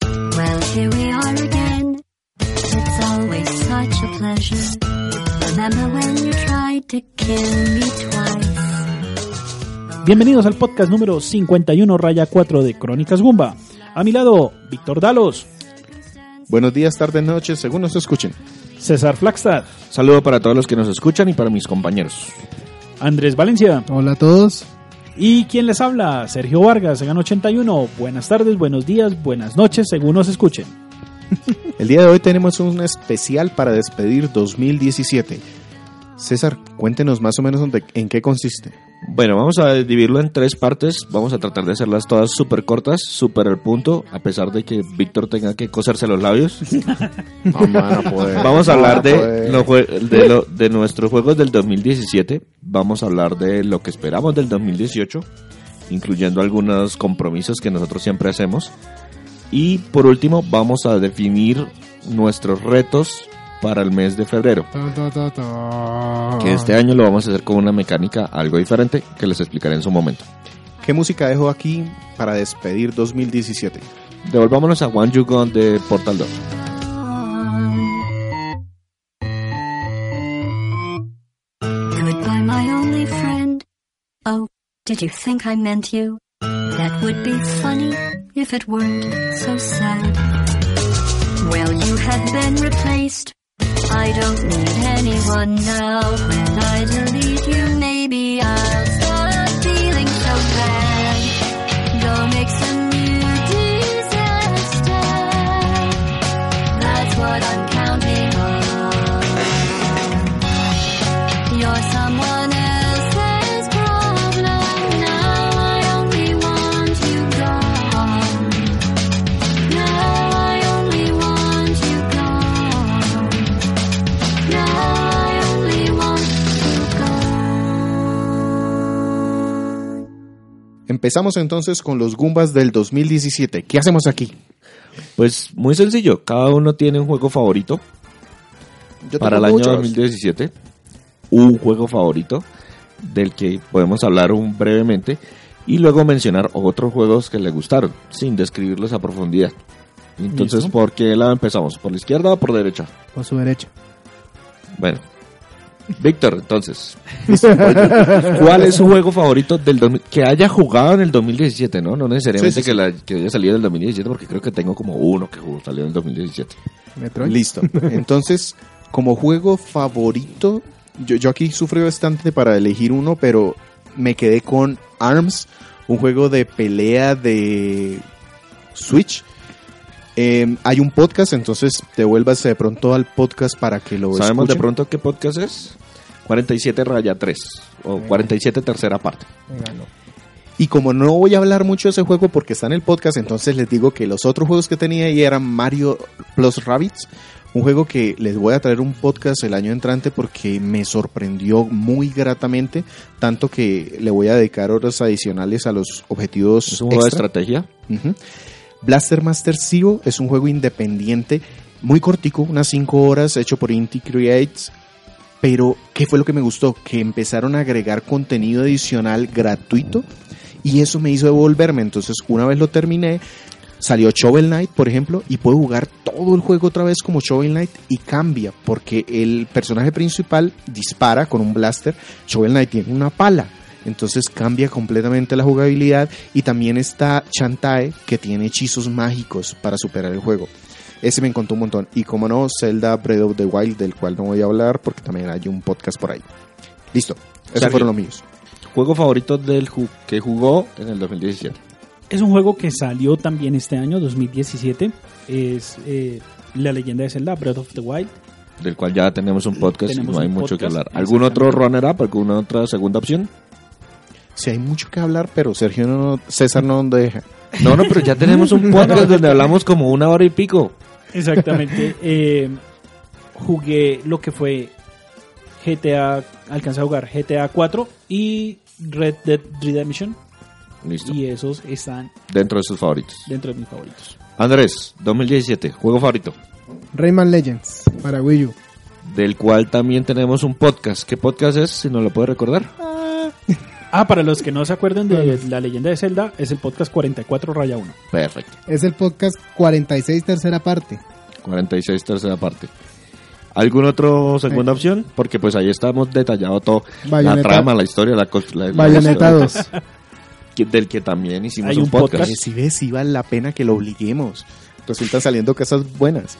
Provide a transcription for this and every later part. Well, here we are again. It's always such a pleasure. Remember when you tried to kill me twice? Bienvenidos al podcast número 51 raya 4 de Crónicas Gumba. A mi lado, Víctor Dalos, Buenos días, tardes, noches, según nos escuchen. César Flagstad, Saludo para todos los que nos escuchan y para mis compañeros. Andrés Valencia Hola a todos. y quien les habla, Sergio Vargas, Segan 81. Buenas tardes, buenos días, buenas noches, según nos escuchen. El día de hoy tenemos un especial para despedir 2017. César, cuéntenos más o menos dónde- en qué consiste. Bueno, vamos a dividirlo en tres partes. Vamos a tratar de hacerlas todas súper cortas, súper al punto, a pesar de que Víctor tenga que coserse los labios. No me van a poder. Vamos a No hablar van a de, poder. lo jue- de, lo- de nuestros juegos del 2017. Vamos a hablar de lo que esperamos del 2018, incluyendo algunos compromisos que nosotros siempre hacemos. Y por último, vamos a definir nuestros retos para el mes de febrero. Tan, tan, tan, tan. Que este año lo vamos a hacer con una mecánica algo diferente que les explicaré en su momento. ¿Qué música dejo aquí para despedir 2017? Devolvámonos a One You Gone de Portal 2. Goodbye, my only friend. Oh, did you think I meant you? That would be funny if it weren't so sad. Well, you have been replaced. I don't need anyone now. When I delete you, maybe I'll stop feeling so bad. Go make some new disaster. That's what I'm counting on. You're someone else's problem now. I only want you gone. Now I only want you gone. Now I only want you gone. Empezamos entonces con los Goombas del 2017. ¿Qué hacemos aquí? Pues muy sencillo, cada uno tiene un juego favorito Yo para el tengo año muchos. 2017. Un juego favorito del que podemos hablar un brevemente y luego mencionar otros juegos que le gustaron sin describirlos a profundidad. Entonces, Listo. ¿por qué lado empezamos? ¿Por la izquierda o por derecha? Por su derecha. Bueno. Víctor, entonces, ¿cuál es su juego favorito del 2000 que haya jugado en el 2017, no? No necesariamente Sí, sí, que, la- que haya salido del 2017, porque creo que tengo como uno que jugó- salió en el 2017. Metroid. Listo. Entonces, como juego favorito, yo, yo aquí sufrí bastante para elegir uno, pero me quedé con ARMS, un juego de pelea de Switch. Eh, hay un podcast, entonces devuélvase de pronto al podcast para que lo ¿Sabemos de escuchen. pronto qué podcast es? 47 raya 3 o 47 tercera parte. Venga, no. Y como no voy a hablar mucho de ese juego porque está en el podcast, entonces les digo que los otros juegos que tenía ahí eran Mario Plus Rabbits, un juego que les voy a traer un podcast el año entrante porque me sorprendió muy gratamente, tanto que le voy a dedicar horas adicionales a los objetivos. Es un juego de extra. estrategia. Ujú. Blaster Master Zero es un juego independiente, muy cortico, unas 5 horas, hecho por Inti Creates. Pero, ¿qué fue lo que me gustó? Que empezaron a agregar contenido adicional gratuito y eso me hizo devolverme. Entonces, una vez lo terminé, salió Shovel Knight, por ejemplo, y puedo jugar todo el juego otra vez como Shovel Knight y cambia, porque el personaje principal dispara con un blaster, Shovel Knight tiene una pala. Entonces cambia completamente la jugabilidad y también está Chantae que tiene hechizos mágicos para superar el juego. Ese me encantó un montón. Y como no, Zelda Breath of the Wild, del cual no voy a hablar porque también hay un podcast por ahí. Listo, esos Sergio. fueron los míos. Juego favorito del ju- que jugó en el 2017. Es un juego que salió también este año, 2017. Es eh, La leyenda de Zelda, Breath of the Wild. Del cual ya tenemos un podcast Tenemos y no hay un mucho que podcast, hablar. ¿Algún otro exactamente. runner-up? ¿Alguna otra segunda opción? Sí, hay mucho que hablar, pero Sergio no, César no deja. No, no, pero ya tenemos un podcast donde hablamos como una hora y pico. Exactamente. Eh, jugué lo que fue GTA, alcancé a jugar GTA 4 y Red Dead Redemption. Listo. Y esos están Dentro de sus favoritos. dentro de mis favoritos. Andrés, 2017, juego favorito. Rayman Legends para Wii U. Del cual también tenemos un podcast. ¿Qué podcast es? Si no lo puedes recordar. Ah, para los que no se acuerdan de la leyenda de Zelda, es el podcast 44 raya 1. Perfecto. Es el podcast 46, tercera parte. 46, tercera parte. ¿Algún otro segunda opción? Porque pues ahí estamos detallado todo. La Bayonetta. trama, la historia, la... cos- la- la- Bayonetta la- 2. que- Del que también hicimos Hay un, un podcast. podcast. Que si ves, si vale la pena que lo obliguemos. Resultan saliendo cosas buenas.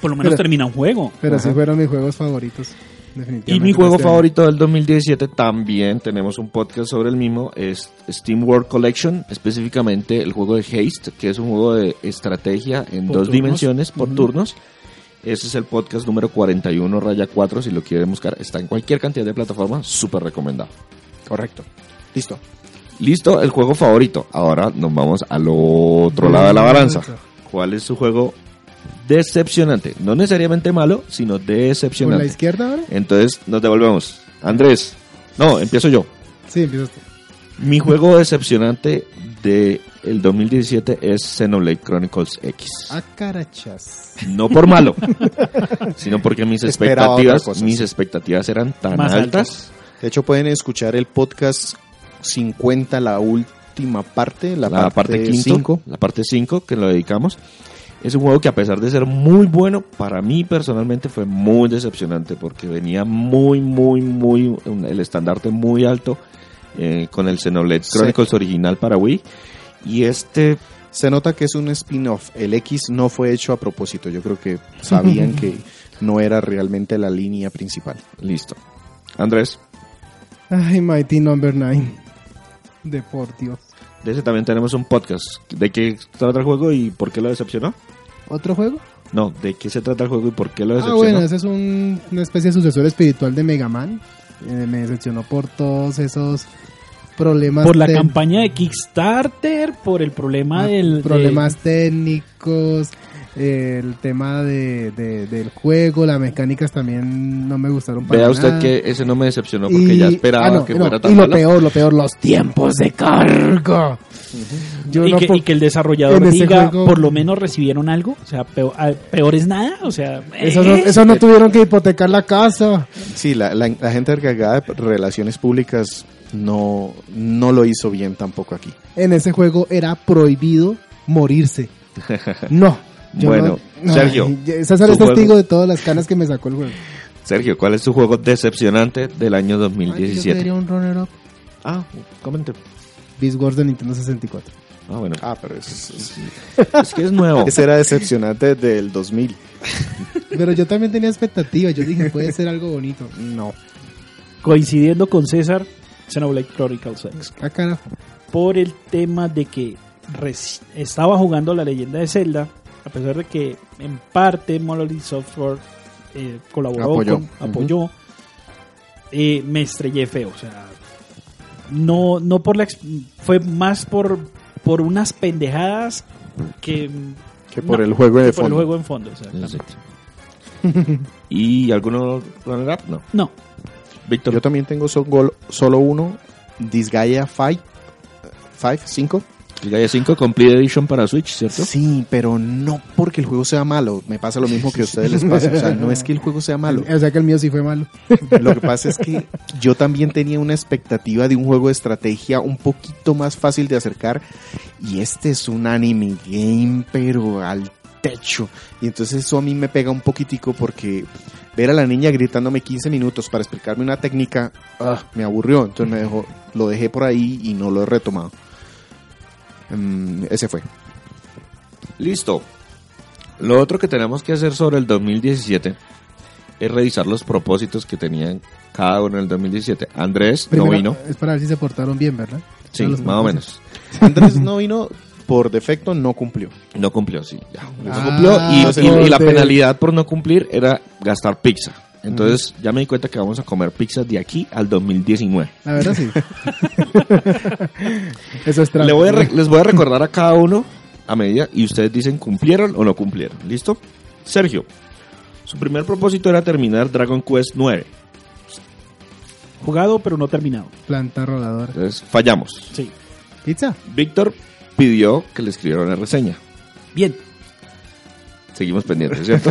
Por lo menos Pero- termina un juego. Pero sí Ajá. fueron mis juegos favoritos. definitivamente Y mi juego este año. favorito del 2017 también tenemos un podcast sobre el mismo, es Steam World Collection, específicamente el juego de Haste, que es un juego de estrategia en Por dos turnos. dimensiones por turnos. Ese es el podcast número 41 raya 4 si lo quieren buscar, está en cualquier cantidad de plataforma, súper recomendado. Correcto. Listo. Listo, el juego favorito. Ahora nos vamos al otro lado de la balanza. ¿Cuál es su juego decepcionante? No necesariamente malo, sino ¿Por la decepcionante. izquierda ahora? Entonces nos devolvemos. Andrés, no, empiezo yo. Sí, empiezas tú. Mi juego decepcionante de el 2017 es Xenoblade Chronicles X. A carachas. No por malo, sino porque mis Esperaba otra expectativas, cosa, mis sí. expectativas eran tan Más altas. De hecho, pueden escuchar el podcast 50, la última parte, la, la parte parte, 5, 5. la parte 5 que lo dedicamos. Es un juego que a pesar de ser muy bueno, para mí personalmente fue muy decepcionante porque venía muy, muy, muy, un- el estandarte muy alto eh, con el Xenoblade Sí. Chronicles original para Wii. Y este Se nota que es un spin-off. El X no fue hecho a propósito. Yo creo que sabían que no era realmente la línea principal. Listo. Andrés, Ay, Mighty Number 9. De por Dios. de ese también tenemos un podcast. ¿De qué trata el juego y por qué lo decepcionó? ¿Otro juego? No, ¿de qué se trata el juego y por qué lo Ah, decepcionó? bueno, ese es un- una especie de sucesor espiritual de Mega Man. Eh, me decepcionó por todos esos problemas. Por la tec- campaña de Kickstarter, por el problema del... de- problemas técnicos, eh, el tema de, de- del juego, las mecánicas también no me gustaron para Vea usted nada. que ese no me decepcionó porque Y- ya esperaba ah, no, que no, fuera tan Y lo malo. peor, lo peor, los tiempos de carga. Yo y, no que, po- y que el desarrollador en ese diga, juego- por lo menos recibieron algo. O sea, peor, ah, peor es nada. O sea, esos no, ¿eh? esos no tuvieron que hipotecar la casa. Sí, la, la- la gente encargada de relaciones públicas no, no lo hizo bien tampoco aquí. En ese juego era prohibido morirse. No. yo Bueno, no- Sergio, Ay, César tu es testigo juego. de todas las canas que me sacó el juego. Sergio, ¿cuál es tu juego decepcionante del año 2017? un runner-up. ah, comente. Beast Wars de Nintendo 64. Ah, bueno. Ah, pero es- es- Es que es nuevo. ese era decepcionante del 2000. Pero yo también tenía expectativas. Yo dije, puede ser algo bonito. No. coincidiendo con César, Xenoblade Chronicles X. Ah, carajo. por el tema de que reci- estaba jugando la leyenda de Zelda, a pesar de que en parte Monolith Software eh, colaboró, Apoyó. con- apoyó eh, me estrellé feo. O sea, no, no por la. ex- Fue más por, por unas pendejadas que. Que por no, el juego que de por el fondo. juego en fondo. exactamente. Exacto. ¿Y alguno runner-up? No. No, Víctor. Yo también tengo so- gol- solo uno, Disgaea 5, 5. Gaia 5 Complete Edition para Switch, ¿cierto? Sí, pero no porque el juego sea malo. Me pasa lo mismo que a ustedes les pasa. O sea, no es que el juego sea malo. O sea que el mío sí fue malo. Lo que pasa es que yo también tenía una expectativa de un juego de estrategia un poquito más fácil de acercar. Y este es un anime game, pero al techo. Y entonces eso a mí me pega un poquitico porque ver a la niña gritándome 15 minutos para explicarme una técnica ah, me aburrió. Entonces me dejó, lo dejé por ahí y no lo he retomado. Mm, ese fue. Listo. Lo otro que tenemos que hacer sobre el 2017 es revisar los propósitos que tenían cada uno en el 2017. Andrés no Primero, vino. Es para ver si se portaron bien, ¿verdad? Sí, Para los más o propósitos. menos. Andrés no vino por defecto, no cumplió. No cumplió, sí. ya, no Ah, cumplió. Y- por Y, y la de- penalidad por no cumplir era gastar pizza. Entonces ya me di cuenta que vamos a comer pizzas de aquí al 2019. La verdad sí. Eso es trampa. Le voy a re- les voy a recordar a cada uno a medida y ustedes dicen cumplieron o no cumplieron. ¿Listo? Sergio, su primer propósito era terminar Dragon Quest 9. Jugado, pero no terminado. Planta roladora. Entonces fallamos. Sí. Pizza. Víctor pidió que le escribiera una reseña. Bien. Seguimos pendientes, ¿cierto?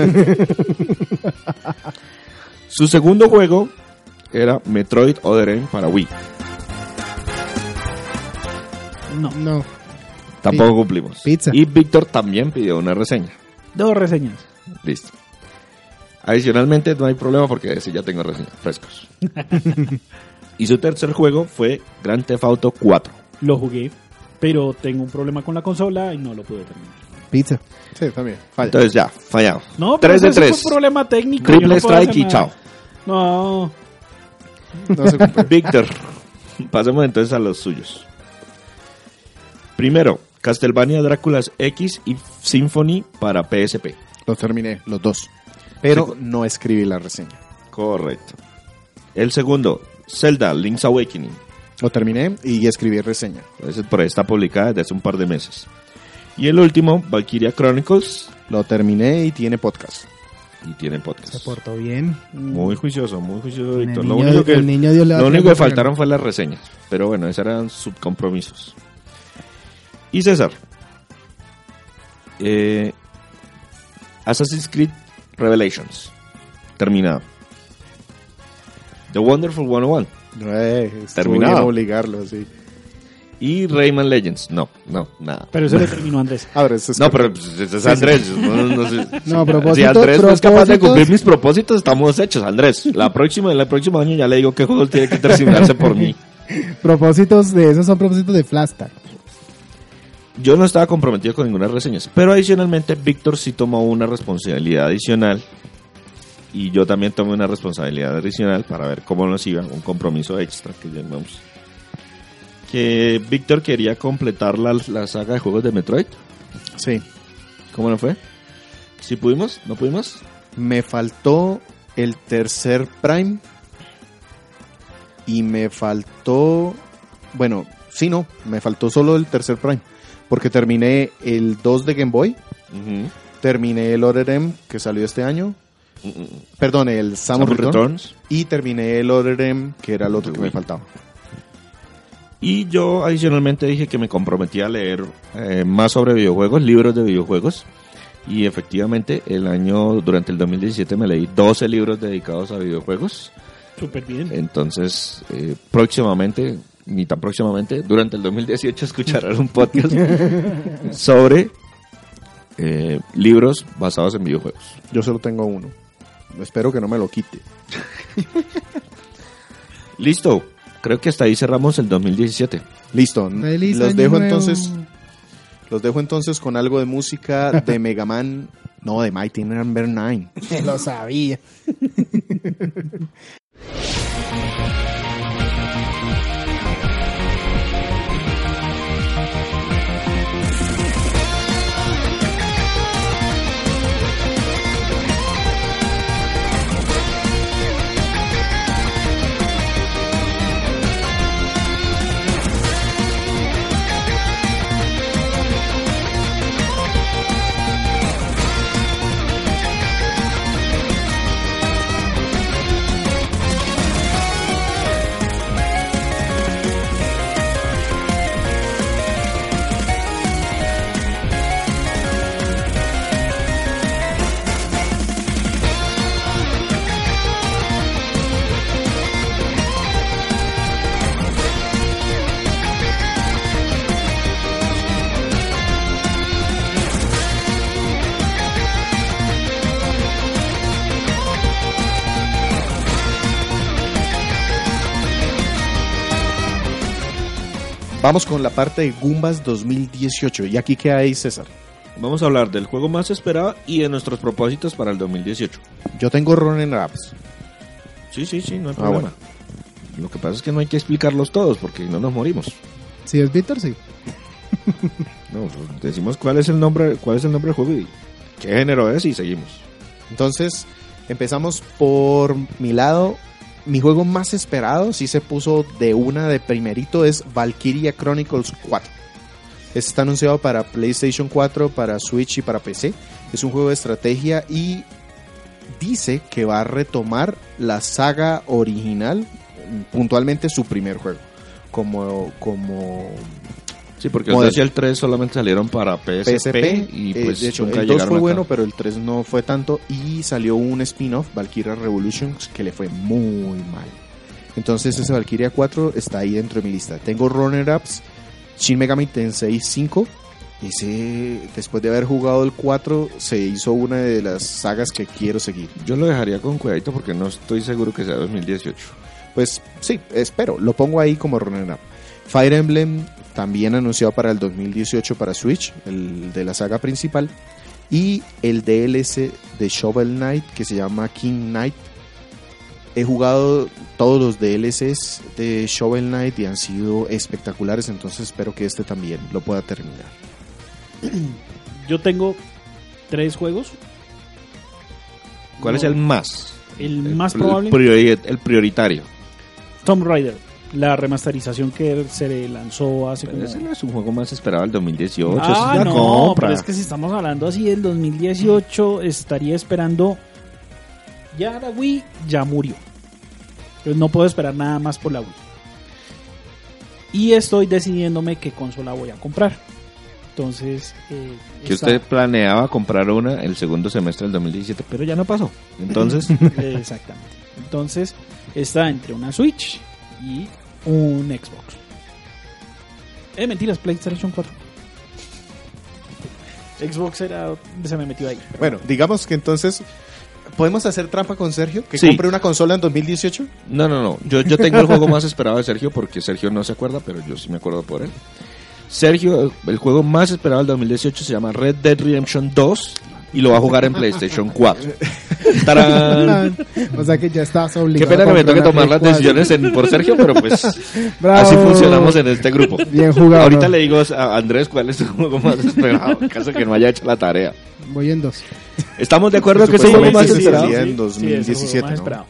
Su segundo juego era Metroid Other M para Wii. No. No. Tampoco cumplimos. Pizza. Y Víctor también pidió una reseña. Dos reseñas. Listo. Adicionalmente, no hay problema porque ese ya tengo reseñas frescos. y su tercer juego fue Grand Theft Auto 4. Lo jugué, pero tengo un problema con la consola y no lo pude terminar. Pizza. Sí, también. Falla. Entonces ya, fallado. No, pero 3 de eso fue 3. un problema técnico. yo Triple no puedo hacer strike y nada. chao. No. No se cumple. Víctor, pasemos entonces a los suyos. Primero, Castlevania Dráculas X y Symphony para PSP. Los terminé, los dos. Pero no escribí la reseña. Correcto. El segundo, Zelda Link's Awakening. Lo terminé y escribí reseña. Entonces, por ahí está publicada desde hace un par de meses. Y el último, Valkyria Chronicles, Lo terminé y tiene podcast. y tiene podcast. Se portó bien. Muy juicioso, muy juicioso, El Víctor. Lo niño- único que, el niño Dios le va a lo traer único que mucho faltaron fue las reseñas. Pero bueno, esos eran subcompromisos. Y César. Eh, Assassin's Creed Revelations. Terminado. The Wonderful 101. Terminado. Terminado. eh, obligarlo, sí. Y Rayman Legends. No, no, nada. Pero eso lo terminó Andrés. A ver, este es No, pero pues, es es Andrés. No, no sé. Si- si propósito- Andrés no es capaz de propósitos. cumplir mis propósitos, estamos hechos, Andrés. La próxima, el próximo año ya le digo que juegos tiene que terminarse por mí. Propósitos de esos son propósitos de Flasta. Yo no estaba comprometido con ninguna reseña, pero adicionalmente Víctor sí tomó una responsabilidad adicional y yo también tomé una responsabilidad adicional para ver cómo nos iba, un compromiso extra que llamamos. Que Víctor quería completar la, la saga de juegos de Metroid. Sí. ¿Cómo no fue? ¿Sí pudimos? ¿No pudimos? Me faltó el tercer Prime. Y me faltó. Bueno, sí, no. Me faltó solo el tercer Prime. Porque terminé el 2 de Game Boy. Terminé el Order M que salió este año. Perdón, el Samus, Samus Return, Returns. Y terminé el Order M que era el otro que me Uy. faltaba. Y yo adicionalmente dije que me comprometía a leer eh, más sobre videojuegos, libros de videojuegos. Y efectivamente, el año, durante el 2017 me leí 12 libros dedicados a videojuegos. Súper bien. Entonces, eh, próximamente, ni tan próximamente, durante el 2018 escucharán un podcast sobre eh, libros basados en videojuegos. Yo solo tengo uno. Espero que no me lo quite. Listo, creo que hasta ahí cerramos el 2017. Listo. Mm, Feliz los año dejo nuevo. entonces. Los dejo entonces con algo de música de Mega Man. No, de Mighty Number 9. Lo sabía. Vamos con la parte de Goombas 2018. ¿Y aquí qué hay, César? Vamos a hablar del juego más esperado y de nuestros propósitos para el 2018. Yo tengo Ronin Raps. Sí, sí, sí, no hay Ah, problema. Lo que pasa es que no hay que explicarlos todos porque no nos morimos. Si es Víctor, sí. No, decimos cuál es el nombre, cuál es el nombre del juego y qué género es y seguimos. Entonces, Empezamos por mi lado. Mi juego más esperado, sí se puso de una de primerito, es Valkyria Chronicles 4. Este está anunciado para PlayStation 4, para Switch y para PC. Es un juego de estrategia y dice que va a retomar la saga original, puntualmente su primer juego. Como, como Sí, porque el Model. 2 y el 3 solamente salieron para PSP, PSP. y eh, pues de hecho, nunca el 2 llegaron fue acá. bueno, pero el 3 no fue tanto. Y salió un spin-off, Valkyria Revolutions, que le fue muy mal. Entonces ese Valkyria 4 está ahí dentro de mi lista. Tengo runner-ups, Shin Megami Tensei 5. Ese, después de haber jugado el 4, se hizo una de las sagas que quiero seguir. Yo lo dejaría con cuidadito porque no estoy seguro que sea 2018. Pues sí, espero. Lo pongo ahí como runner-up. Fire Emblem, también anunciado para el 2018 para Switch, el de la saga principal. Y el DLC de Shovel Knight, que se llama King Knight. He jugado todos los DLCs de Shovel Knight y han sido espectaculares, entonces espero que este también lo pueda terminar. Yo tengo tres juegos. ¿Cuál No, es el más? El más probable. priori- el prioritario. Tomb Raider, la remasterización que se le lanzó hace Pero como... ese no es un juego más esperado el 2018. eso Ah, es la no, compra. pero es que si estamos hablando así del 2018, estaría esperando. Ya la Wii ya murió. Entonces no puedo esperar nada más por la Wii. Y estoy decidiéndome qué consola voy a comprar. Entonces, eh, Que esta- usted planeaba comprar una el segundo semestre del 2017, pero ya no pasó. Entonces, Eh, Exactamente. Entonces, está entre una Switch y un Xbox. Eh, mentiras, PlayStation 4. Xbox era, se me metió ahí. Bueno, digamos que entonces, ¿podemos hacer trampa con Sergio? ¿Que Sí. compre una consola en 2018? no, no, no. Yo, yo tengo el juego más esperado de Sergio porque Sergio no se acuerda, pero yo sí me acuerdo por él. Sergio, el juego más esperado del 2018 se llama Red Dead Redemption 2 y lo va a jugar en PlayStation 4. ¡Tarán! o sea que ya estás Ah. Qué obligado. pena a que me comprar toque la tomar las Play cuatro. decisiones en- por Sergio, pero pues Bravo. Así funcionamos en este grupo. Bien jugado. Ahorita le digo a Andrés cuál es su juego más esperado, en caso que no haya hecho la tarea. Voy en dos. ¿Estamos de acuerdo que es el juego Supuestamente más ese esperado? salía Sí, en sí, 2017, ese ¿no? fue lo más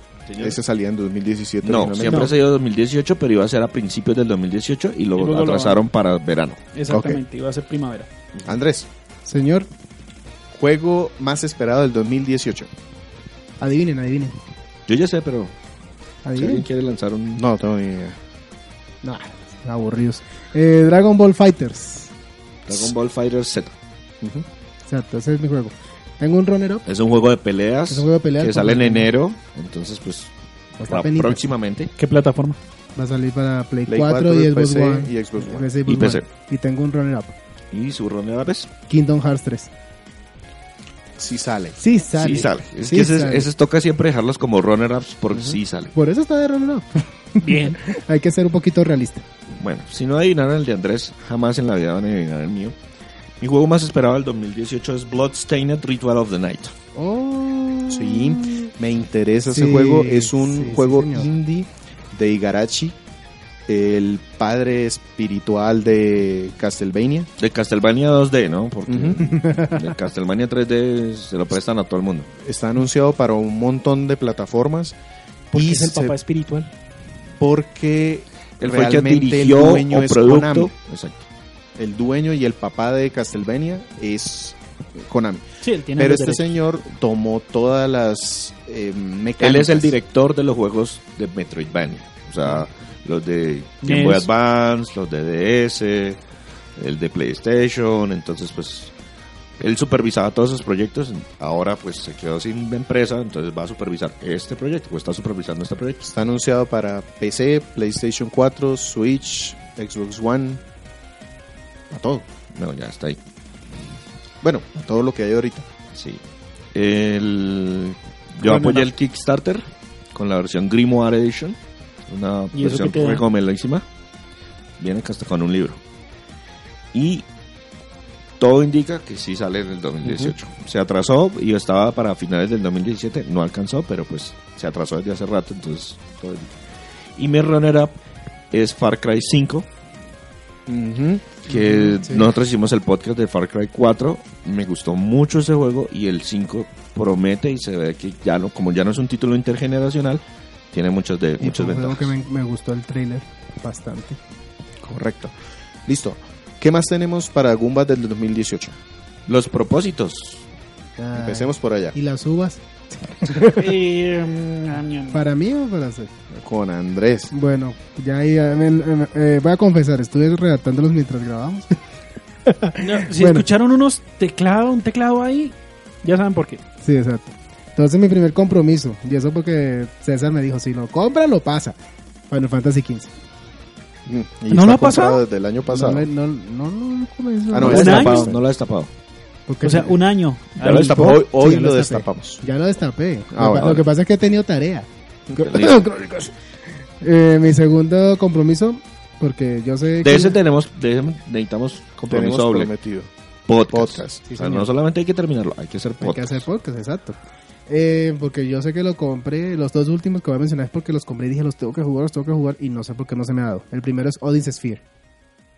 Ese salía en 2017. No, finalmente. siempre ha sido 2018, pero iba a ser a principios del 2018 y Y luego lo lo atrasaron para verano. Exactamente, iba a ser primavera. Andrés, Señor, juego más esperado del 2018. adivinen, adivinen. Yo ya sé, pero si alguien Adivinen. quiere lanzar un... No, tengo ni idea. Nah, aburridos. Eh, Dragon Ball Fighters. Dragon Ball Fighter Z. Exacto, ese es mi juego. Tengo un runner up. Es un juego de peleas, Es un juego de peleas. que sale en enero, entonces pues Está pra- penita. próximamente. ¿Qué plataforma? Va a salir para Play, Play 4, 4, y Xbox PC One. y Xbox One. PC Y PC. One. Y tengo un runner up. Y su ronda vez. Kingdom Hearts 3. Si sale. Sí sale. Sí sale. Es Sí que ese- sale. ese toca siempre dejarlos como runner-ups porque sí sale. Por eso está de runner up. Bien. Hay que ser un poquito realista. Bueno, si no adivinaron el de Andrés, jamás en la vida van a adivinar el mío. Mi juego más esperado del 2018 es Bloodstained Ritual of the Night. Oh. Sí, me interesa Sí, ese juego. Es sí, un sí, juego señor. indie de Igarashi, el padre espiritual de Castlevania. De Castlevania 2D, ¿no? Porque Ujú. de Castlevania 3D se lo prestan a todo el mundo. Está anunciado para un montón de plataformas. Porque y es el se- papá espiritual. porque Él fue el que realmente dirigió el o dueño es producto. Konami. Exacto. El dueño y el papá de Castlevania es Konami. Sí, él tiene Pero los este derechos. señor tomó todas las eh, mecánicas. Él es el director de los juegos de Metroidvania. O sea, los de Game Boy Yes. Advance, los de DS, el de PlayStation. Entonces, pues, él supervisaba todos esos proyectos. Ahora, pues, se quedó sin empresa. Entonces, va a supervisar este proyecto. O está supervisando este proyecto. Está anunciado para PC, PlayStation 4, Switch, Xbox One, a todo. No, ya está ahí. Bueno, a todo lo que hay ahorita. Sí. El- Yo Bueno, apoyé no. el Kickstarter con la versión Grimoire Edition. Una ¿Y eso versión qué te da? recomendabilísima. Viene que hasta con un libro. Y todo indica que sí sale en el 2018. Se atrasó y estaba para finales del 2017. No alcanzó, pero pues se atrasó desde hace rato. Entonces, todo indica. Y mi runner-up es Far Cry 5. Ujú. que Sí. nosotros hicimos el podcast de Far Cry 4. Me gustó mucho ese juego y el 5 promete y se ve que ya no, como ya no es un título intergeneracional, tiene muchos de, Y muchas fue un juego ventajas. que me, me gustó el trailer bastante. Correcto. Listo. ¿Qué más tenemos para Goombas del 2018? Los propósitos. Ah, Empecemos por allá. ¿Y las uvas? Eh, ñam, ñam. ¿Para mí o para hacer? Con Andrés. Bueno, ya ahí, eh, me- eh, eh, voy a confesar, estuve redactándolos mientras grabamos. No, si Bueno. escucharon unos teclados, un teclado ahí, ya saben por qué. Sí, exacto. Entonces mi primer compromiso, y eso porque César me dijo, si lo compra, lo pasa. Final Fantasy XV. Mm, y ¿No lo está ha comprado pasado? Desde el año pasado. No, le- no, no, no lo comenzó. Ah, no, ¿Un es año? destapado. No lo has tapado. Porque- O sea, un año. Ya lo Ahí. destapó. Hoy, hoy ya lo lo destapé. destapamos. Ya lo destapé. Ah, lo, bueno, lo bueno. que pasa es que he tenido tarea. Listo. Crónicas. Eh, mi segundo compromiso, porque yo sé De que... ese tenemos, de ese necesitamos compromiso Tenemos doble. prometido. Podcast. Podcast. Sí, O sea, señor. no solamente hay que terminarlo, hay que hacer Hay podcast. que hacer podcast, exacto. Eh, porque yo sé que lo compré, los dos últimos que voy a mencionar es porque los compré y dije los tengo que jugar, los tengo que jugar y no sé por qué no se me ha dado. El primero es Odyssey Sphere.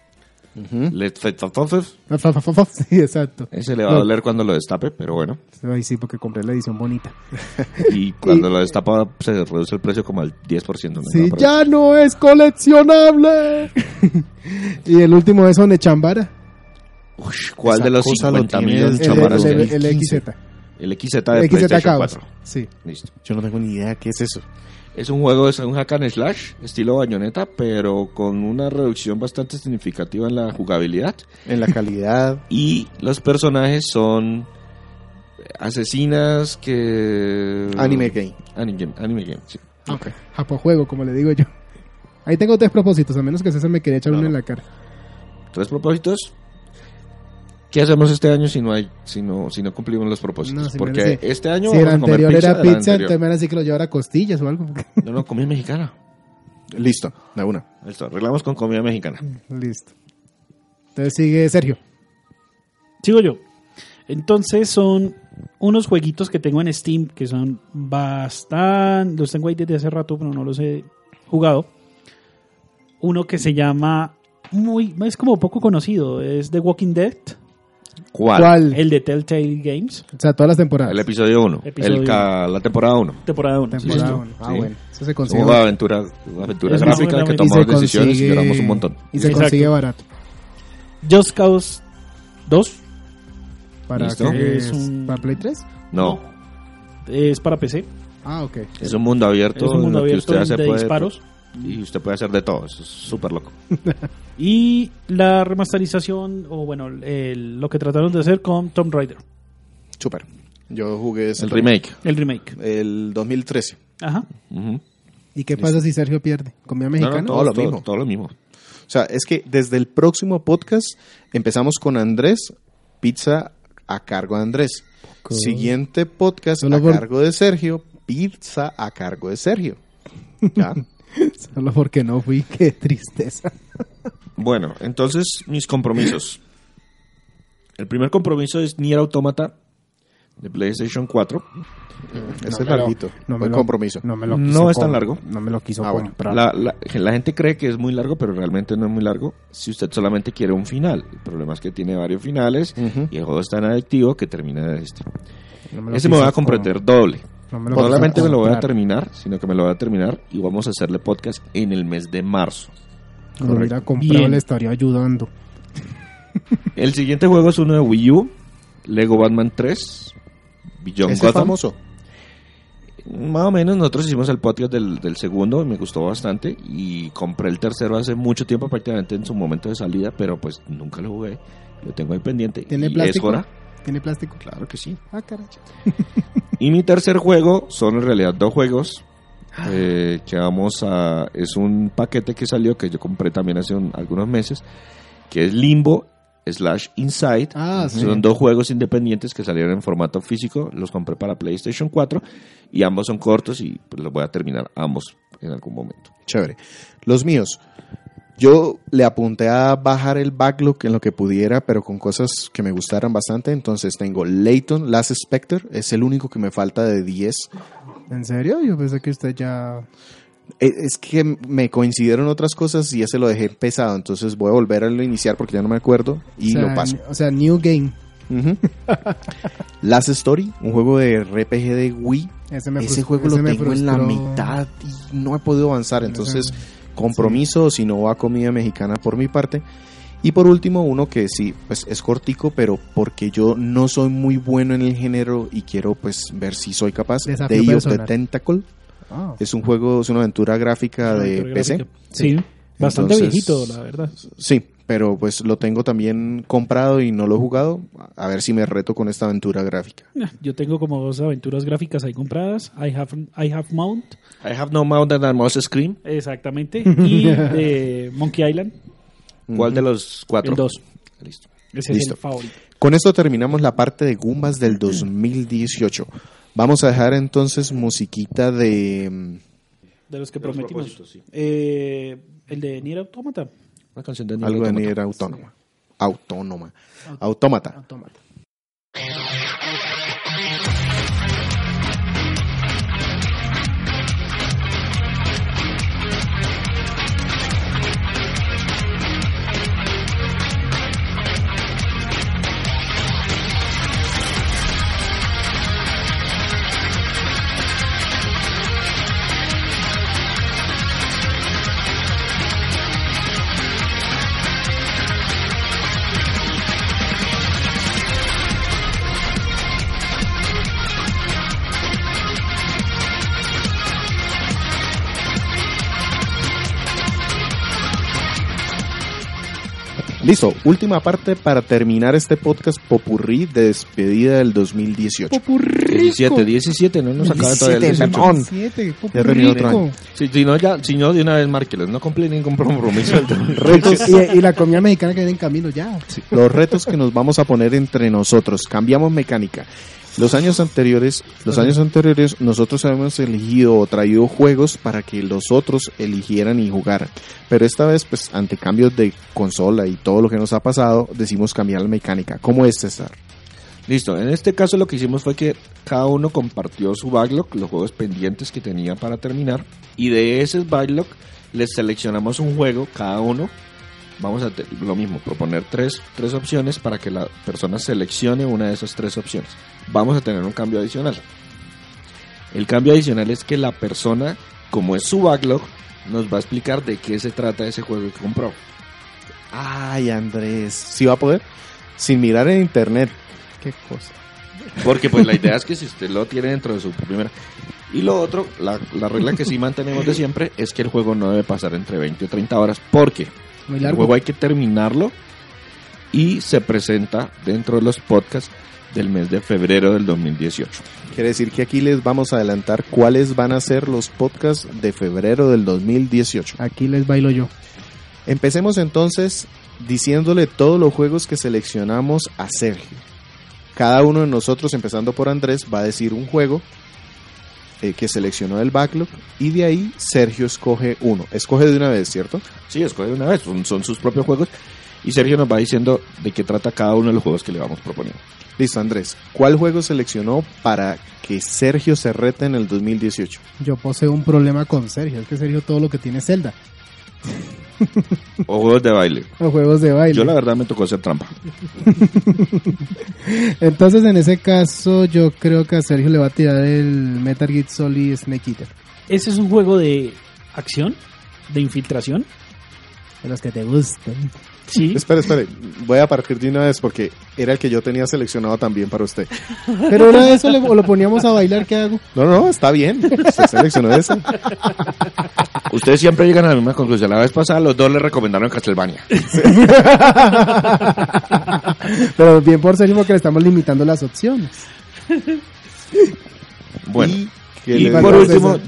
Ujú. Let's fit- fa- fa- fa- Sí, exacto. Ese le va a No. doler cuando lo destape, pero bueno. Ahí sí, porque compré la edición bonita. Y cuando lo destapa se reduce el precio como al 10%. ¿no? Sí, No, pero- ya no es coleccionable. y el último es Onechambara, Ush, ¿Cuál Esa de los cosa lo 50 tiene mil el- el, el, chamaras que hay? el, el 15. XZ. El XZ Ah, de El XZ PlayStation Chaos. 4. Sí, Listo. Yo no tengo ni idea qué es eso. Es un juego, es un hack and slash, estilo bayoneta, pero con una reducción bastante significativa en la jugabilidad. En la calidad. Y los personajes son asesinas que... Anime game. Anime game, anime game, sí. Japojuego, como le digo yo. Ahí tengo tres propósitos, a menos que César me quería echar No, no. uno en la cara. Tres propósitos. ¿Qué hacemos este año si no hay, si no, si no cumplimos los propósitos? No, si no, Porque sí. este año si el vamos a comer anterior pizza era del pizza, anterior. entonces me era así que lo llevara a costillas o algo. No, no, comida mexicana. Listo. De una. Listo, arreglamos con comida mexicana. Mm. Listo. Entonces sigue Sergio. Sigo yo. Entonces son unos jueguitos que tengo en Steam que son bastante... Los tengo ahí desde hace rato, pero no los he jugado. Uno que se llama... Muy, es como poco conocido, es The Walking Dead, ¿Cuál? el de Telltale Games, O sea, todas las temporadas. El episodio 1. Episodio La temporada 1. temporada 1. Temporada Listo. uno. Ah, Sí. bueno. Eso se Es consigue. una aventura, una aventura Es una gráfica buena que aventura. y se tomamos decisiones consigue- y lloramos un montón. Y se Exacto. consigue barato. Just Cause 2 Para, Listo. que- Es un- ¿Para Play 3? No, eh, es para PC, Ah, ok. es un mundo abierto, es un mundo en lo que abierto usted hace de puede- disparos. Y usted puede hacer de todo, eso es súper loco. Y la remasterización, o bueno, el- lo que trataron de hacer con Tomb Raider, Super. Yo jugué ese el remake. el remake. El 2013. Ajá. Ujú. ¿Y qué pasa si Sergio pierde? ¿Comida mexicana? Oh, todo lo mismo. Todo lo mismo. O sea, es que desde el próximo podcast empezamos con Andrés, pizza a cargo de Andrés. Siguiente podcast Solo a por- cargo de Sergio, pizza a cargo de Sergio. Ya. Solo porque no fui. Qué tristeza. Bueno, entonces mis compromisos. El primer compromiso es Nier Automata de PlayStation 4. Ese es larguito. No me Buen lo, compromiso. No, me lo No quiso es tan com- largo. No me lo quiso Ah, bueno. comprar. La, la- la gente cree que es muy largo, pero realmente no es muy largo si usted solamente quiere un final. El problema es que tiene varios finales Ujú. y el juego es tan adictivo que termina de este. No lo Ese me quiso voy a comprometer com- doble. No No me lo quiso solamente me lo voy a comprar. terminar, sino que me lo voy a terminar y vamos a hacerle podcast en el mes de marzo. Si lo hubiera comprado, Bien. le estaría ayudando. El siguiente juego es uno de Wii U, Lego Batman 3, Beyond Ese es Gotham. famoso. Más o menos nosotros hicimos el podcast del, del segundo y me gustó bastante y compré el tercero hace mucho tiempo prácticamente en su momento de salida, pero pues nunca lo jugué. Lo tengo ahí pendiente. ¿Tiene y plástico? Es hora. ¿Tiene plástico? Claro que sí. Ah, caray. Y mi tercer juego son en realidad dos juegos Ah. eh, que vamos a... Es un paquete que salió que yo compré también hace un- algunos meses, que es Limbo slash Inside. Ah, sí. Son dos juegos independientes que salieron en formato físico, los compré para PlayStation 4 y ambos son cortos y pues, los voy a terminar ambos en algún momento. Chévere. Los míos. Yo le apunté a bajar el backlog en lo que pudiera, pero con cosas que me gustaran bastante. Entonces tengo Layton, Last Spectre, es el único que me falta de 10. ¿En serio? Yo pensé que usted ya... Eh, Es que me coincidieron otras cosas y ese lo dejé pesado, entonces voy a volver a lo iniciar porque ya no me acuerdo y o sea, lo paso. O sea, New Game. Ujú. Last Story, un juego de RPG de Wii. Ese, me ese frus- juego ese lo me tengo en la frustró. mitad y no he podido avanzar. Entonces, Ese- compromiso, si no va comida mexicana por mi parte. Y por último, uno que sí, pues es cortico, pero porque yo no soy muy bueno en el género y quiero pues ver si soy capaz. Desafío Day of the personal. Tentacle Ah. es un juego, es una aventura Ah, gráfica de Aventura PC. gráfica. Sí, bastante Entonces- viejito, la verdad. Sí, pero pues lo tengo también comprado y no lo he jugado. A ver si me reto con esta aventura gráfica. Nah, Yo tengo como dos aventuras gráficas ahí compradas. I have, I have Mount, I have no mouth and I must scream. exactamente. Y de Monkey Island, ¿Cuál de los cuatro? el 2. Listo. Ese Listo. es el favorito. Con esto terminamos la parte de Gumbas del 2018. Vamos a dejar entonces musiquita de... mm, De los que los prometimos. propósitos, sí. Eh, el de Nier Automata. Una canción de algo de Autómata. manera autónoma. Autónoma. Autómata. Autómata. Listo. Última parte para terminar este podcast popurrí de despedida del 2018. 17, 17, no nos acaba todavía el 17, 18. perdón. Siete, Ya terminó otro rico. año. Si, si no, ya, si no, de una vez márquelos. No cumplí ningún compromiso. del 2018. Entonces, y, y la comida mexicana que viene en camino ya. Los retos que nos vamos a poner entre nosotros. Cambiamos mecánica. Los años anteriores, los años anteriores nosotros habíamos elegido o traído juegos para que los otros eligieran y jugaran. Pero esta vez, pues, ante cambios de consola y todo lo que nos ha pasado, decimos cambiar la mecánica. ¿Cómo es César? Listo, en este caso lo que hicimos fue que cada uno compartió su backlog, los juegos pendientes que tenía para terminar, y de ese backlog les seleccionamos un juego, cada uno. Vamos a te- lo mismo, proponer tres, tres opciones para que la persona seleccione una de esas tres opciones. Vamos a tener un cambio adicional. El cambio adicional es que la persona, como es su backlog, nos va a explicar de qué se trata ese juego que compró. Ay, Andrés. ¿Sí va a poder? Sin mirar en internet. Qué cosa. Porque pues la idea es que si usted lo tiene dentro de su primera... Y lo otro, la, la regla que sí mantenemos de siempre es que el juego no debe pasar entre 20 o 30 horas porque Muy el largo. juego hay que terminarlo y se presenta dentro de los podcasts del mes de febrero del 2018. Quiere decir que aquí les vamos a adelantar cuáles van a ser los podcasts de febrero del 2018. Aquí les bailo yo. Empecemos entonces diciéndole todos los juegos que seleccionamos a Sergio. Cada uno de nosotros, empezando por Andrés, va a decir un juego eh, que seleccionó del backlog y de ahí Sergio escoge uno. Escoge de una vez, ¿cierto? Sí, escoge de una vez, son, son sus propios juegos y Sergio nos va diciendo de qué trata cada uno de los juegos que le vamos proponiendo. Listo, Andrés. ¿Cuál juego seleccionó para que Sergio se rete en el 2018? Yo poseo un problema con Sergio. Es que Sergio todo lo que tiene es Zelda. O juegos de baile. O juegos de baile. Yo la verdad me tocó hacer trampa. Entonces, en ese caso, yo creo que a Sergio le va a tirar el Metal Gear Solid Snake Eater. Ese es un juego de acción, de infiltración. De los que te gusten. Sí. Espera, espera. Voy a partir de una vez porque era el que yo tenía seleccionado también para usted. Pero ahora eso le, o lo poníamos a bailar, ¿qué hago? No, no, está bien. Se seleccionó ese. Ustedes siempre llegan a la misma conclusión. La vez pasada los dos le recomendaron Castlevania. Pero bien por Sergio porque le estamos limitando las opciones. Bueno. Y, que Y le- por digo, último,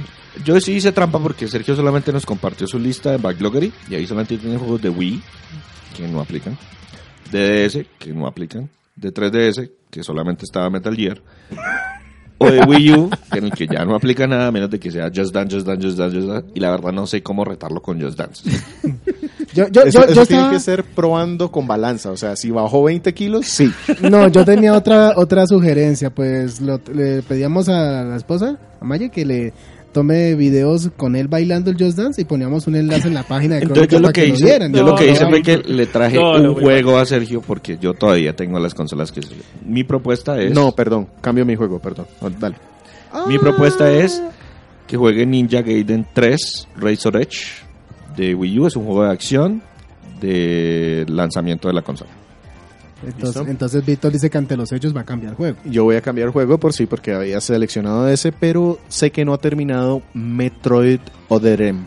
yo sí hice trampa porque Sergio solamente nos compartió su lista de Backloggery y ahí solamente tiene juegos de Wii, que no aplican, de DS, que no aplican, de 3DS, que solamente estaba Metal Gear, o de Wii U, en el que ya no aplica nada a menos de que sea Just Dance, Just Dance, Just Dance, Just Dance, y la verdad no sé cómo retarlo con Just Dance. Yo, yo, eso yo, eso yo tiene estaba- que ser probando con balanza. O sea, si bajó 20 kilos, sí. No, yo tenía otra otra sugerencia, pues lo- le pedíamos a la esposa, a Maya, que le tome videos con él bailando el Just Dance y poníamos un enlace en la página de Entonces Crónica yo lo para que, hice, vieran. yo lo que Ah, No, hice no, fue no. que le traje No, un no, güey. juego a Sergio porque yo todavía tengo las consolas que mi propuesta es No, perdón, cambio mi juego, perdón. Dale. mi propuesta es que juegue Ninja Gaiden 3 Razor Edge de Wii U es un juego de acción de lanzamiento de la consola. Entonces, ¿Listo? entonces Víctor dice que ante los hechos va a cambiar el juego. Yo voy a cambiar el juego por sí, porque había seleccionado ese, pero sé que no ha terminado Metroid Other M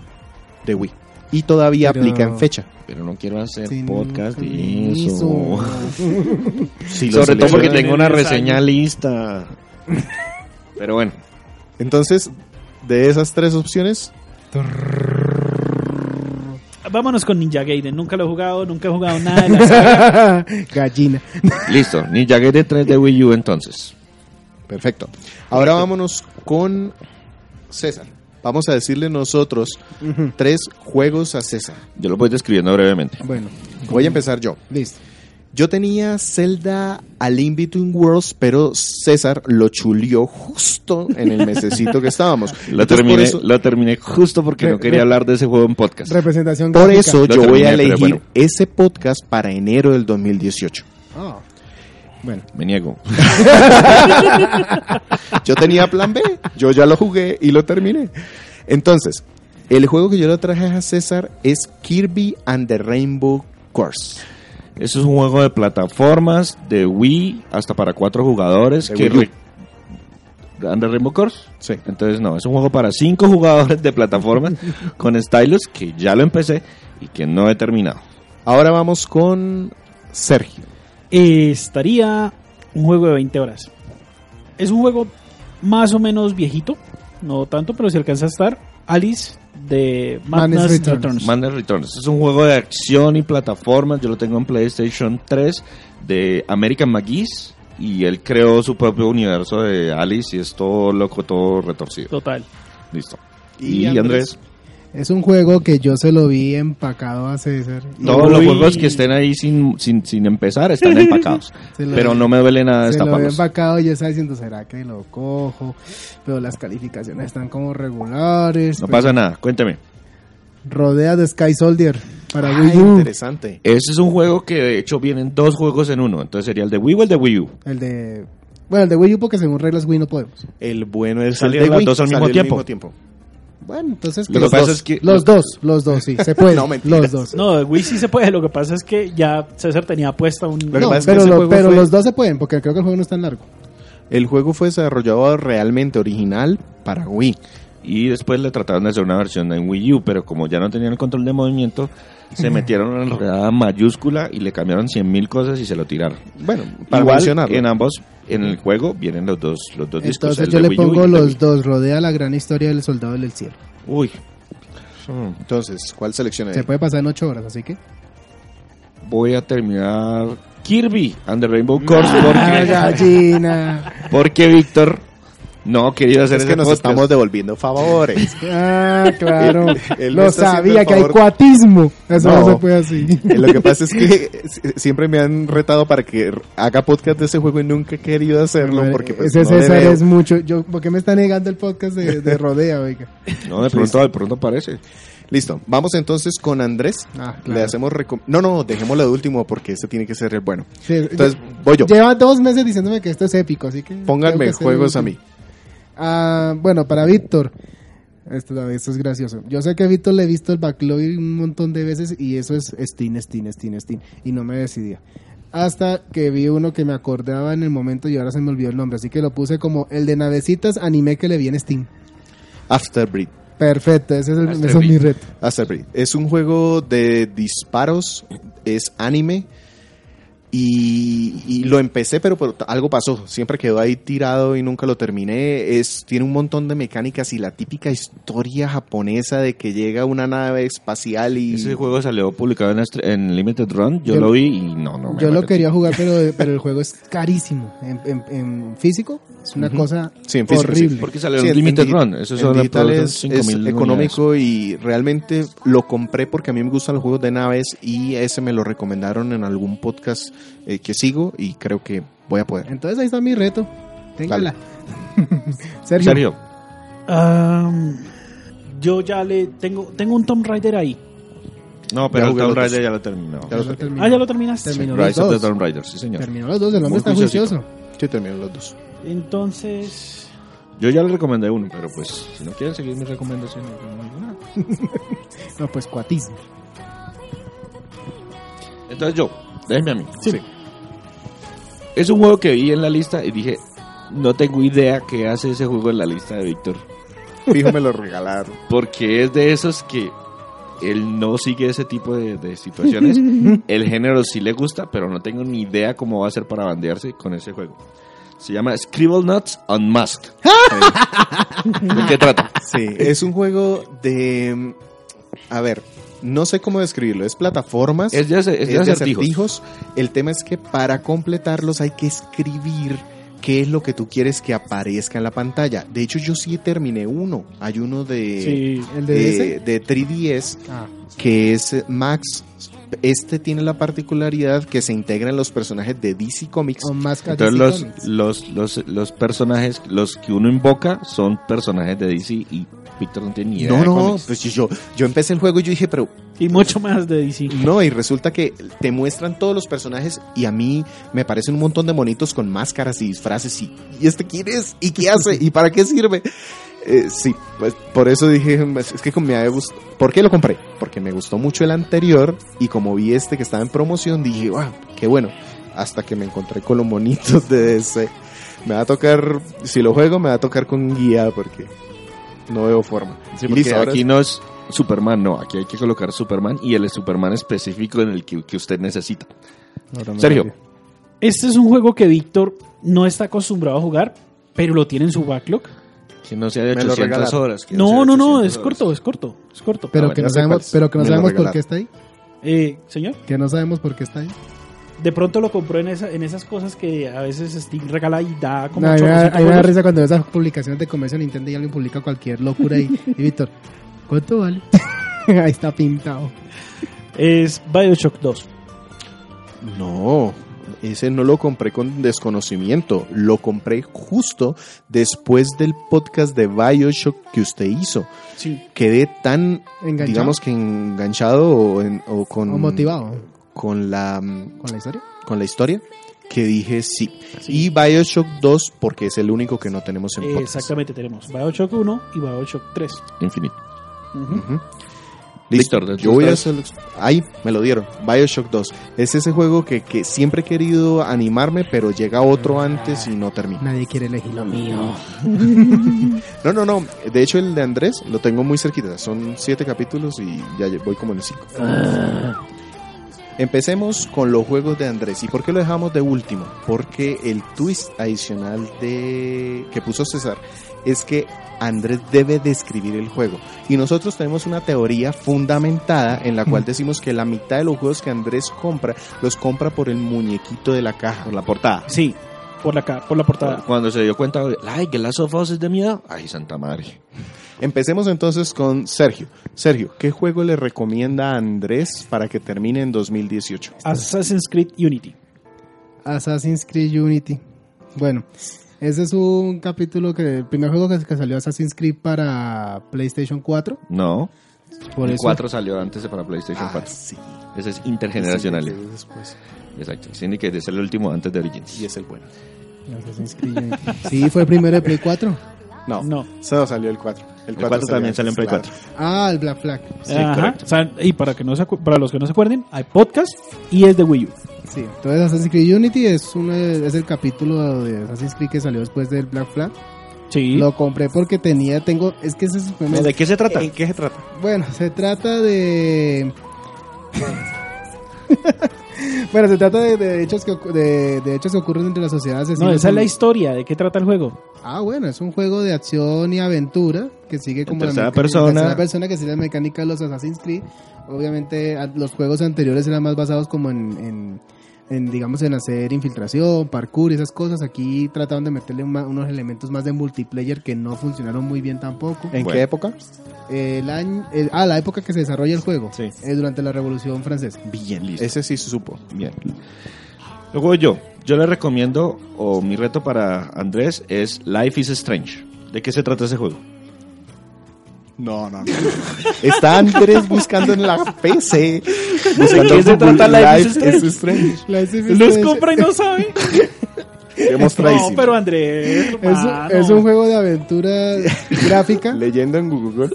de Wii. Y todavía Pero- aplica en fecha. Pero no quiero hacer Sin podcast y permiso. eso. Si lo Sobre todo porque seleccionan- tengo una en diez reseña años. lista. Pero bueno, Entonces, de esas tres opciones, Vámonos con Ninja Gaiden. Nunca lo he jugado, nunca he jugado nada de la saga. Gallina. listo. Ninja Gaiden 3 de Wii U entonces. perfecto. Ahora vámonos con César. Vamos a decirle nosotros Ujú. tres juegos a César. Yo lo voy describiendo brevemente. Bueno, Voy a empezar yo. listo. Yo tenía Zelda al In Between Worlds, pero César lo chulió justo en el mesecito que estábamos. La Entonces, por terminé, eso- la terminé justo porque no Re- quería re- hablar de ese juego en podcast. Representación Por gráfica. eso Lo yo voy a terminé, pero elegir bueno. ese podcast para enero del 2018. Ah, Bueno, Me niego. Yo tenía plan B, yo ya lo jugué y lo terminé. Entonces, el juego que yo le traje a César es Kirby and the Rainbow Course. Eso es un juego de plataformas, de Wii, hasta para cuatro jugadores. De que Wii U. re- ¿Anda Rainbow Course? Sí. Entonces no, es un juego para cinco jugadores de plataformas con Stylus que ya lo empecé y que no he terminado. Ahora vamos con Sergio. Eh, estaría un juego de 20 horas. Es un juego más o menos viejito, no tanto, pero si alcanza a estar. Alice de Madness Madness Returns. Returns. Madness Returns es un juego de acción y plataformas. Yo lo tengo en PlayStation 3 de American McGee's y él creó su propio universo de Alice y es todo loco, todo retorcido. Total. Listo. Y Y, Andrés, es un juego que yo se lo vi empacado a César. Y todos los Uy. juegos que estén ahí sin, sin, sin empezar están empacados. Se lo- pero no me duele nada Se lo había destaparlos. empacado y yo estaba diciendo, ¿será que lo cojo? Pero las calificaciones están como regulares. No Pero- pasa nada, cuénteme. Rodea de Sky Soldier para Ah, Wii U. interesante. Ese es un juego que de hecho vienen dos juegos en uno. Entonces sería el de Wii o el de Wii U. El de... Bueno, el de Wii U porque según reglas Wii no podemos. El bueno es Salieron el de las Wii, dos al salió mismo al tiempo. Bueno, entonces... Lo ¿qué? que pasa es que- Los dos, los dos, sí. Se puede. No, mentiras. los dos. No, de Wii sí se puede. Lo que pasa es que ya César tenía puesta un. Lo que No, pasa es que pero, ese lo- juego pero fue- los dos se pueden porque creo que el juego no es tan largo. El juego fue desarrollado realmente original para Wii. Y después le trataron de hacer una versión en Wii U, pero como ya no tenían el control de movimiento, se metieron en una enredada mayúscula y le cambiaron cien mil cosas y se lo tiraron. Bueno, para Igual, mencionarlo. en ambos, en el juego, vienen los dos, los dos discos. Entonces el yo de le Wii U y pongo el de los Wii. dos. Rodea la gran historia del soldado del cielo. Uy. Entonces, ¿cuál seleccioné? Se puede pasar en ocho horas, así que... Voy a terminar Kirby and the Rainbow Course Ah, porque, gallina. porque Víctor no ha querido hacer es ese que nos podcast. estamos devolviendo favores. Ah, claro. Él no Lo está haciendo sabía el que hay favor. cuatismo. Eso no, No. se puede así. Eh, Lo que pasa es que s- siempre me han retado para que r- haga podcast de ese juego y nunca he querido hacerlo porque pues Ese no le César veo. es mucho. Yo, ¿Por qué me está negando el podcast de, de Rodea, oiga? No, de pronto, de pronto aparece. Listo, vamos entonces con Andrés. Ah, Le claro. hacemos recom- No, no, dejémoslo de último porque este tiene que ser el bueno. Sí, Entonces, lle- voy yo. Lleva dos meses diciéndome que esto es épico, así que. tengo Pónganme que ser juegos el a mí. último. Ah, bueno, para Víctor. Esto, esto es gracioso. Yo sé que a Víctor le he visto el backlog un montón de veces y eso es Steam, Steam, Steam, Steam. Y no me decidía. Hasta que vi uno que me acordaba en el momento y ahora se me olvidó el nombre. Así que lo puse como el de navecitas anime que le vi en Steam. Afterbreed. Perfecto, ese es, el- Hasta ese es vi. mi reto. Afterbreed. Ah, Es un juego de disparos, es anime. Y, y lo empecé, pero, pero t- algo pasó. Siempre quedó ahí tirado y nunca lo terminé. Es, tiene un montón de mecánicas y la típica historia japonesa de que llega una nave espacial y... Ese juego salió publicado en, Astre- en Limited Run, yo, Yo- lo vi y no, no me Yo lo parece. quería jugar, pero, pero el juego es carísimo. En, en- en físico es una cosa Sí, en físico, horrible. sí. Porque salió Sí, en Limited digi- Run. Eso en son digital aproximadamente es, 5.000 es económico y realmente lo compré porque a mí me gustan los juegos de naves y ese me lo recomendaron en algún podcast eh, que sigo y creo que voy a poder. Entonces ahí está mi reto. Téngala. Sergio. Sergio, Am, Ah, yo ya le tengo tengo un Tomb Raider ahí. No, Ya pero el jugué Tomb los dos. Raider ya lo terminó. Ya lo Eso saqué. terminó. Ah, ya lo terminaste. Terminó los Rise of the dos. Tomb Raider, sí señor. Terminó los dos, el hombre Muy está juiciosito. juicioso. Sí, terminaron los dos. Entonces, Yo ya le recomendé uno, pero pues si no quieren seguir mis recomendaciones, no hay nada. No, pues cuatísimo. Entonces yo, déjenme a mí. Sí. Es un juego que vi en la lista y dije, no tengo idea qué hace ese juego en la lista de Víctor. Fijo, me lo regalaron. Porque es de esos que él no sigue ese tipo de, de situaciones. El género sí le gusta, pero no tengo ni idea cómo va a ser para bandearse con ese juego. Se llama Scribble Nuts Unmasked. ¿De qué trata? Sí, es un juego de... mm, A ver, no sé cómo describirlo. Es plataformas. Es de, ace- es de es de acertijos. acertijos. El tema es que para completarlos hay que escribir qué es lo que tú quieres que aparezca en la pantalla. De hecho, yo sí terminé uno. Hay uno de, sí. ¿El de de, ese? de 3DS Ah, que es eh, Max. Este tiene la particularidad que se integran los personajes de DC Comics. Oh, o más Entonces callecitones. los, los, los, los personajes, los que uno invoca son personajes de DC y Víctor no tiene ni idea. no, de no, cómics. pues yo, yo empecé el juego y yo dije, pero Y mucho más de DC. No, y resulta que te muestran todos los personajes y a mí me parecen un montón de monitos con máscaras y disfraces y, ¿y este quién es? ¿Y qué hace? ¿Y para qué sirve? Eh, sí, pues por eso dije, pues, es que me ha gust- ¿Por qué lo compré? Porque me gustó mucho el anterior y como vi este que estaba en promoción dije, wow, qué bueno. Hasta que me encontré con los monitos de ese. Me va a tocar, si lo juego, me va a tocar con guía porque no veo forma. Sí, Y porque listo, ahora aquí no es Superman, no, aquí hay que colocar Superman y el Superman específico en el que, que usted necesita. Ahora me Sergio, voy. Este es un juego que Víctor no está acostumbrado a jugar, pero lo tiene en su backlog. que no sea de Me lo 800 regalaron. horas. que sea No, de no, no, 800 es horas. corto, es corto, es corto. Pero, Ah, bueno, que ya no sé cuál sabemos, es. pero que no Me lo sabemos por regalaron. qué está ahí. Eh, señor, Que no sabemos por qué está ahí. de pronto lo compró en, esa- en esas cosas que a veces Steam regala y da como No, a mí me da- 800 a mí me da juegos. risa cuando ves esas publicaciones de comercio de Nintendo y alguien publica cualquier locura ahí. Y Víctor, ¿cuánto vale? ahí está pintado. Es Bioshock 2. No, ese no lo compré con desconocimiento. Lo compré justo después del podcast de Bioshock que usted hizo. Sí. Quedé tan, Enganchado. digamos que enganchado o, en- o con, o motivado con, la, mm, con la historia. con la historia que dije sí. Y Bioshock 2 porque es el único que no tenemos en podcast. Exactamente, tenemos Bioshock 1 y Bioshock 3. Infinito. Ujú. Ujú. Listo, Listo, entonces, yo voy a ¿sabes? hacer... Ahí, me lo dieron. Bioshock 2. Es ese juego que, que siempre he querido animarme, pero llega otro antes y no termina. Nadie quiere elegir lo mío. No, no, no. De hecho, el de Andrés lo tengo muy cerquita. Son siete capítulos y ya lle- voy como en cinco. Empecemos con los juegos de Andrés. ¿Y por qué lo dejamos de último? Porque el twist adicional de que puso César es que Andrés debe describir el juego. Y nosotros tenemos una teoría fundamentada en la cual decimos que la mitad de los juegos que Andrés compra los compra por el muñequito de la caja. Por la portada. Sí, por la, ca- por la portada. Cuando se dio cuenta, de, ay, que Last of Us es de miedo. Ay, santa madre. Empecemos entonces con Sergio. Sergio, ¿qué juego le recomienda a Andrés para que termine en 2018? Assassin's Creed Unity. Assassin's Creed Unity. Bueno, ese es un capítulo que el primer juego que, que salió Assassin's Creed para PlayStation 4. No, Por el eso 4 salió antes de para PlayStation 4. Ah, sí. Ese es Sí, intergeneracional. ese después. Exacto. Tiene que ser el último antes de Origins. Y es el bueno. Assassin's Creed Unity. Sí, fue el primero de Play 4. No, No. solo salió el 4. El 4 también sale en Play 4. Ah, el Black Flag. Ajá. correcto. O sea, y para, que no se acu- para los que no se acuerden, hay podcast y es de Wii U. Sí, entonces Assassin's Creed Unity es, uno de- es el capítulo de Assassin's Creed que salió después del Black Flag. Sí. Lo compré porque tenía, tengo, es que ese es ¿De qué se trata? qué se trata? Bueno, se trata de. bueno, se trata de, de hechos que, ocu- de, de hechos que ocurren entre las sociedades. no, asesinos esa es la en- historia de qué trata el juego. Ah, bueno, es un juego de acción y aventura que sigue como tercera mecánica- persona. en tercera persona que sigue la mecánica de los Assassin's Creed. Obviamente, a- los juegos anteriores eran más basados como en, en- en, digamos, en hacer infiltración, parkour y esas cosas. Aquí trataron de meterle un ma- unos elementos más de multiplayer que no funcionaron muy bien tampoco. ¿En Bueno. qué época? El año, el- ah, la época que se desarrolla el juego. Sí. Eh, durante la Revolución Francesa. Bien, listo. Ese sí se supo. Bien. Luego yo, yo le recomiendo, o mi reto para Andrés es Life is Strange. ¿De qué se trata ese juego? No, no, no. Está Andrés buscando en la PC. Buscando ¿De qué se Google trata la Live, Strange? es Strange. La SFX Los Este es- compra y no sabe. Hemos No, traído. pero Andrés. Es, hermano. es un juego de aventura gráfica. Leyendo en Google.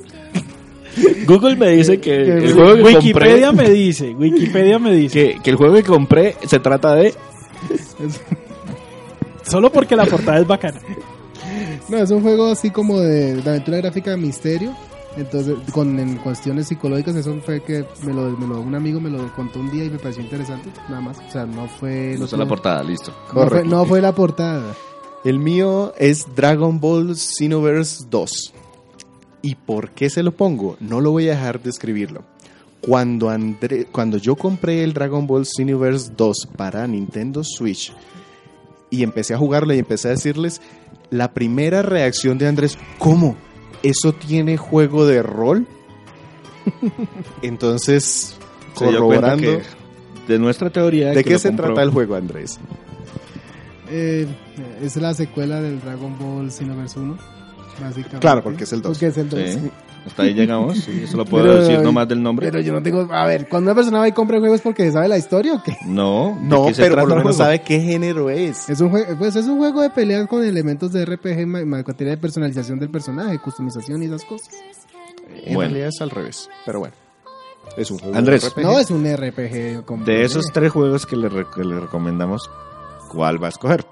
Google me dice que que- el juego que Wikipedia compré, me dice, Wikipedia me dice. que, que el juego que compré se trata de Solo porque la portada es bacana. No, es un juego así como de, de aventura gráfica de misterio. Entonces, con en cuestiones psicológicas, eso fue que me lo, me lo- un amigo me lo contó un día y me pareció interesante. Nada más. O sea, no fue. No no está la fue- portada, listo. No fue, Correcto. no fue la portada. El mío es Dragon Ball Xenoverse 2. ¿Y por qué se lo pongo? No lo voy a dejar de escribirlo. Cuando, André- cuando yo compré el Dragon Ball Xenoverse 2 para Nintendo Switch y empecé a jugarlo y empecé a decirles, la primera reacción de Andrés, ¿cómo? ¿Eso tiene juego de rol? Entonces, Se dio cuenta corroborando, que de nuestra teoría. ¿de que qué lo se compró- trata el juego, Andrés? Eh, es la secuela del Dragon Ball Xenoverse 1. Básicamente. Claro, porque es el 2. Porque es el 2. Sí, hasta ahí llegamos. Sí, eso lo puedo Pero, decir ay, nomás del nombre. Pero yo no tengo. A ver, cuando una persona va y compra juegos porque sabe la historia o qué. No, ¿de No, qué se pero trata por lo el menos juego? sabe qué género es. Es un juego, pues es un juego de peleas con elementos de RPG, ma- ma- materia de personalización del personaje, customización y esas cosas. En Bueno. realidad es al revés, pero bueno. Es un juego Andrés. de RPG. No es un RPG. como- Pues, eh. De esos tres juegos que le, re- que le recomendamos, ¿cuál va a escoger?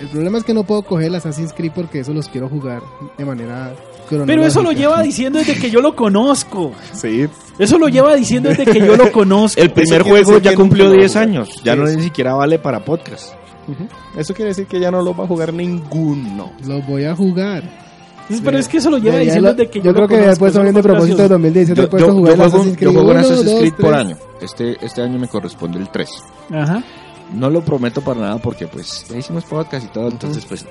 El problema es que no puedo coger el Assassin's Creed porque eso los quiero jugar de manera cronológica. Pero eso lo lleva diciendo desde que yo lo conozco. Sí, Eso lo lleva diciendo desde que yo lo conozco. El primer Eso quiere juego decir ya que nunca cumplió lo va a 10 jugar. años. Ya Sí, no sí. ni siquiera vale para podcast. eso quiere decir que ya no lo va a jugar ninguno. Los voy a jugar. Pero es que eso lo lleva Ya- ya diciendo lo- desde que yo, yo creo lo que conozco. después puesto Eso también de es muy propósito de gracioso. 2017 he Yo, puesto yo- jugar yo el juego, Assassin's Creed. yo juego en uno, Assassin's dos, Creed por tres. año. Este, este año me corresponde el 3. Ajá. No lo prometo para nada porque pues ya hicimos podcast y todo, entonces pues...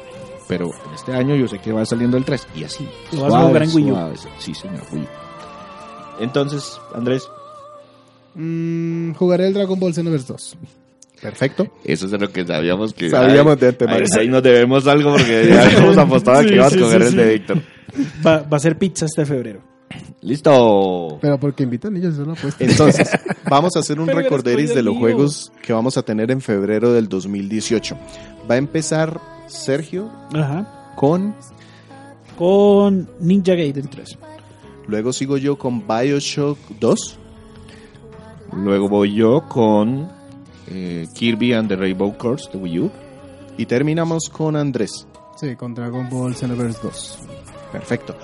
Pero en este año yo sé que va saliendo el 3 y así. Lo vas a jugar en Wii U. suave. Sí, señor, Wii U. Entonces, Andrés, Mm, jugaré el Dragon Ball Xenoverse 2. Perfecto. eso es de lo que sabíamos que... Sabíamos de Ahí, antemano. ahí nos debemos algo porque ya habíamos apostado a que Sí, ibas a sí, coger sí, el sí. de Víctor. Va, va a ser pizza este febrero. Listo. Pero porque invitan ellos, eso lo Eh. apuesto. Entonces, vamos a hacer un Pero eres recorderis muy de los amigo. juegos que vamos a tener en febrero del 2018. Va a empezar Sergio Ajá. con, Con Ninja Gaiden 3. luego sigo yo con Bioshock 2, Luego voy yo con eh, Kirby and the Rainbow Curse de Wii U. y terminamos con Andrés. Sí, con Dragon Ball Xenoverse 2. Perfecto.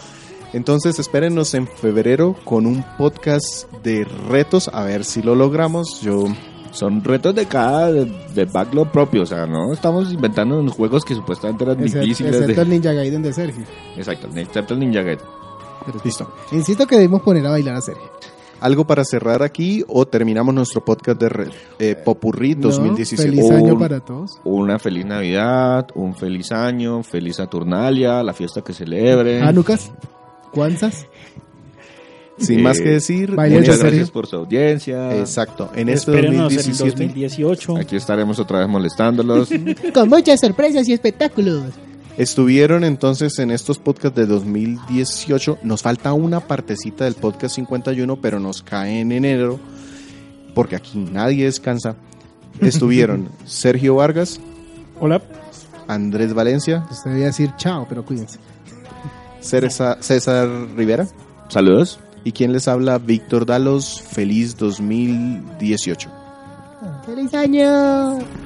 Entonces espérenos en febrero con un podcast de retos, a ver si lo logramos. Yo Son retos de cada de, de backlog propio, o sea, no estamos inventando unos juegos que supuestamente eran difíciles. Excepto de- el Ninja Gaiden de Sergio. Exacto, excepto el Ninja Gaiden. Listo. Insisto que debimos poner a bailar a Sergio. ¿Algo para cerrar aquí o terminamos nuestro podcast de re- eh, Popurrí No, 2017? feliz año Un- para todos. Una feliz Navidad, un feliz año, feliz Saturnalia, la fiesta que celebre. Hanukas, Kwanzas, Sin Eh, más que decir, baile en Muchas ¿En serio? gracias por su audiencia. exacto, en este Espérenos en el 2017 2018. Aquí estaremos otra vez molestándolos. con muchas sorpresas y espectáculos. estuvieron entonces en estos podcasts de 2018. Nos falta una partecita del podcast 51, pero nos cae en enero porque aquí nadie descansa. Estuvieron Sergio Vargas, Hola. Andrés Valencia, Usted debía decir chao, pero cuídense. César, César Rivera Saludos. y quien les habla, Víctor Dalos. Feliz 2018. ¡Feliz Ah, año!